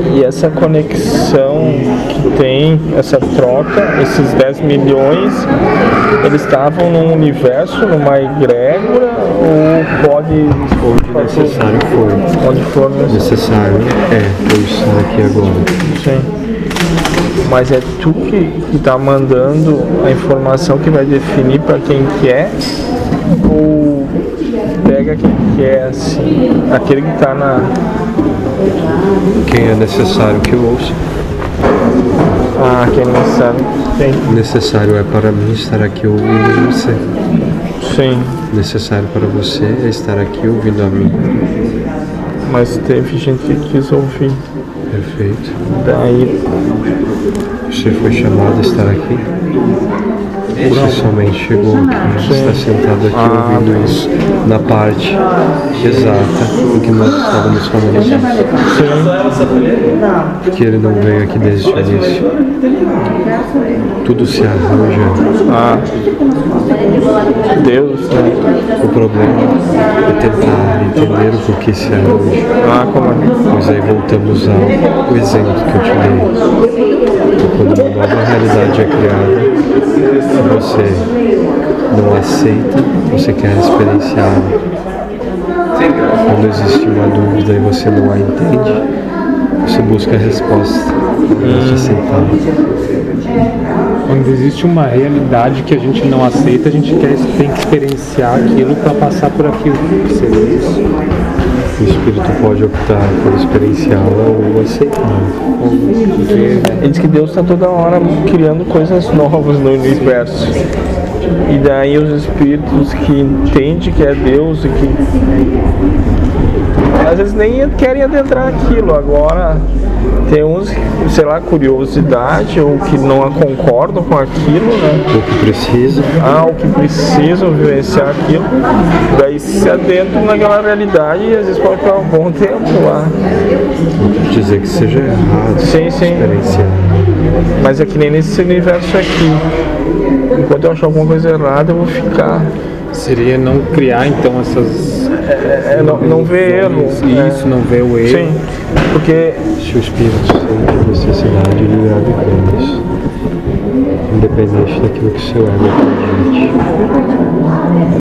E essa conexão que tem, essa troca, esses 10 milhões, eles estavam num universo, numa egrégora, ou pode. Onde necessário for. Onde for Necessário é, pois está aqui agora. Sim. Mas é tu que, que tá mandando a informação que vai definir para quem que é ou pega quem que é assim, aquele que tá na. Quem é necessário que ouça. Ah, quem não sabe. Tem. Necessário é para mim estar aqui ouvindo você. Sim. Necessário para você é estar aqui ouvindo a mim. Mas teve gente que quis ouvir. Perfeito. Daí Você foi chamado a estar aqui? Você somente chegou aqui, né? você está sentado aqui ouvindo isso na parte exata em que nós estávamos falando. Que ele não veio aqui desde o início. Tudo se arranja. Deus, né? O problema é tentar entender o porquê se arranja. Ah, como é? Pois aí voltamos ao exemplo que eu te dei. Quando uma nova realidade é criada, você não aceita, você quer experienciá-la. Quando existe uma dúvida e você não a entende, você busca a resposta para te aceitar. Quando existe uma realidade que a gente não aceita, a gente quer, tem que experienciar aquilo para passar por aquilo. Seria isso? O espírito pode optar por experienciá-la ou aceitá-la. Ou ver, né? Ele diz que Deus está toda hora criando coisas novas no universo. E daí os espíritos que entendem que é Deus e que. Às vezes nem querem adentrar aquilo. Agora tem uns, sei lá, curiosidade ou que não concordam com aquilo, né? O que precisa Ah, o que precisam vivenciar aquilo. Daí se adentram naquela realidade e às vezes pode ficar um bom tempo lá. dizer que seja errado Sim, sim. experienciar. Mas é que nem nesse universo aqui. Enquanto eu achar alguma coisa errada, eu vou ficar. Seria não criar então essas. É, não, não ver erro. né? Isso, não ver o erro. Sim. Porque Se o espírito sente necessidade, ele grave com isso, independente daquilo que seu ego acredite.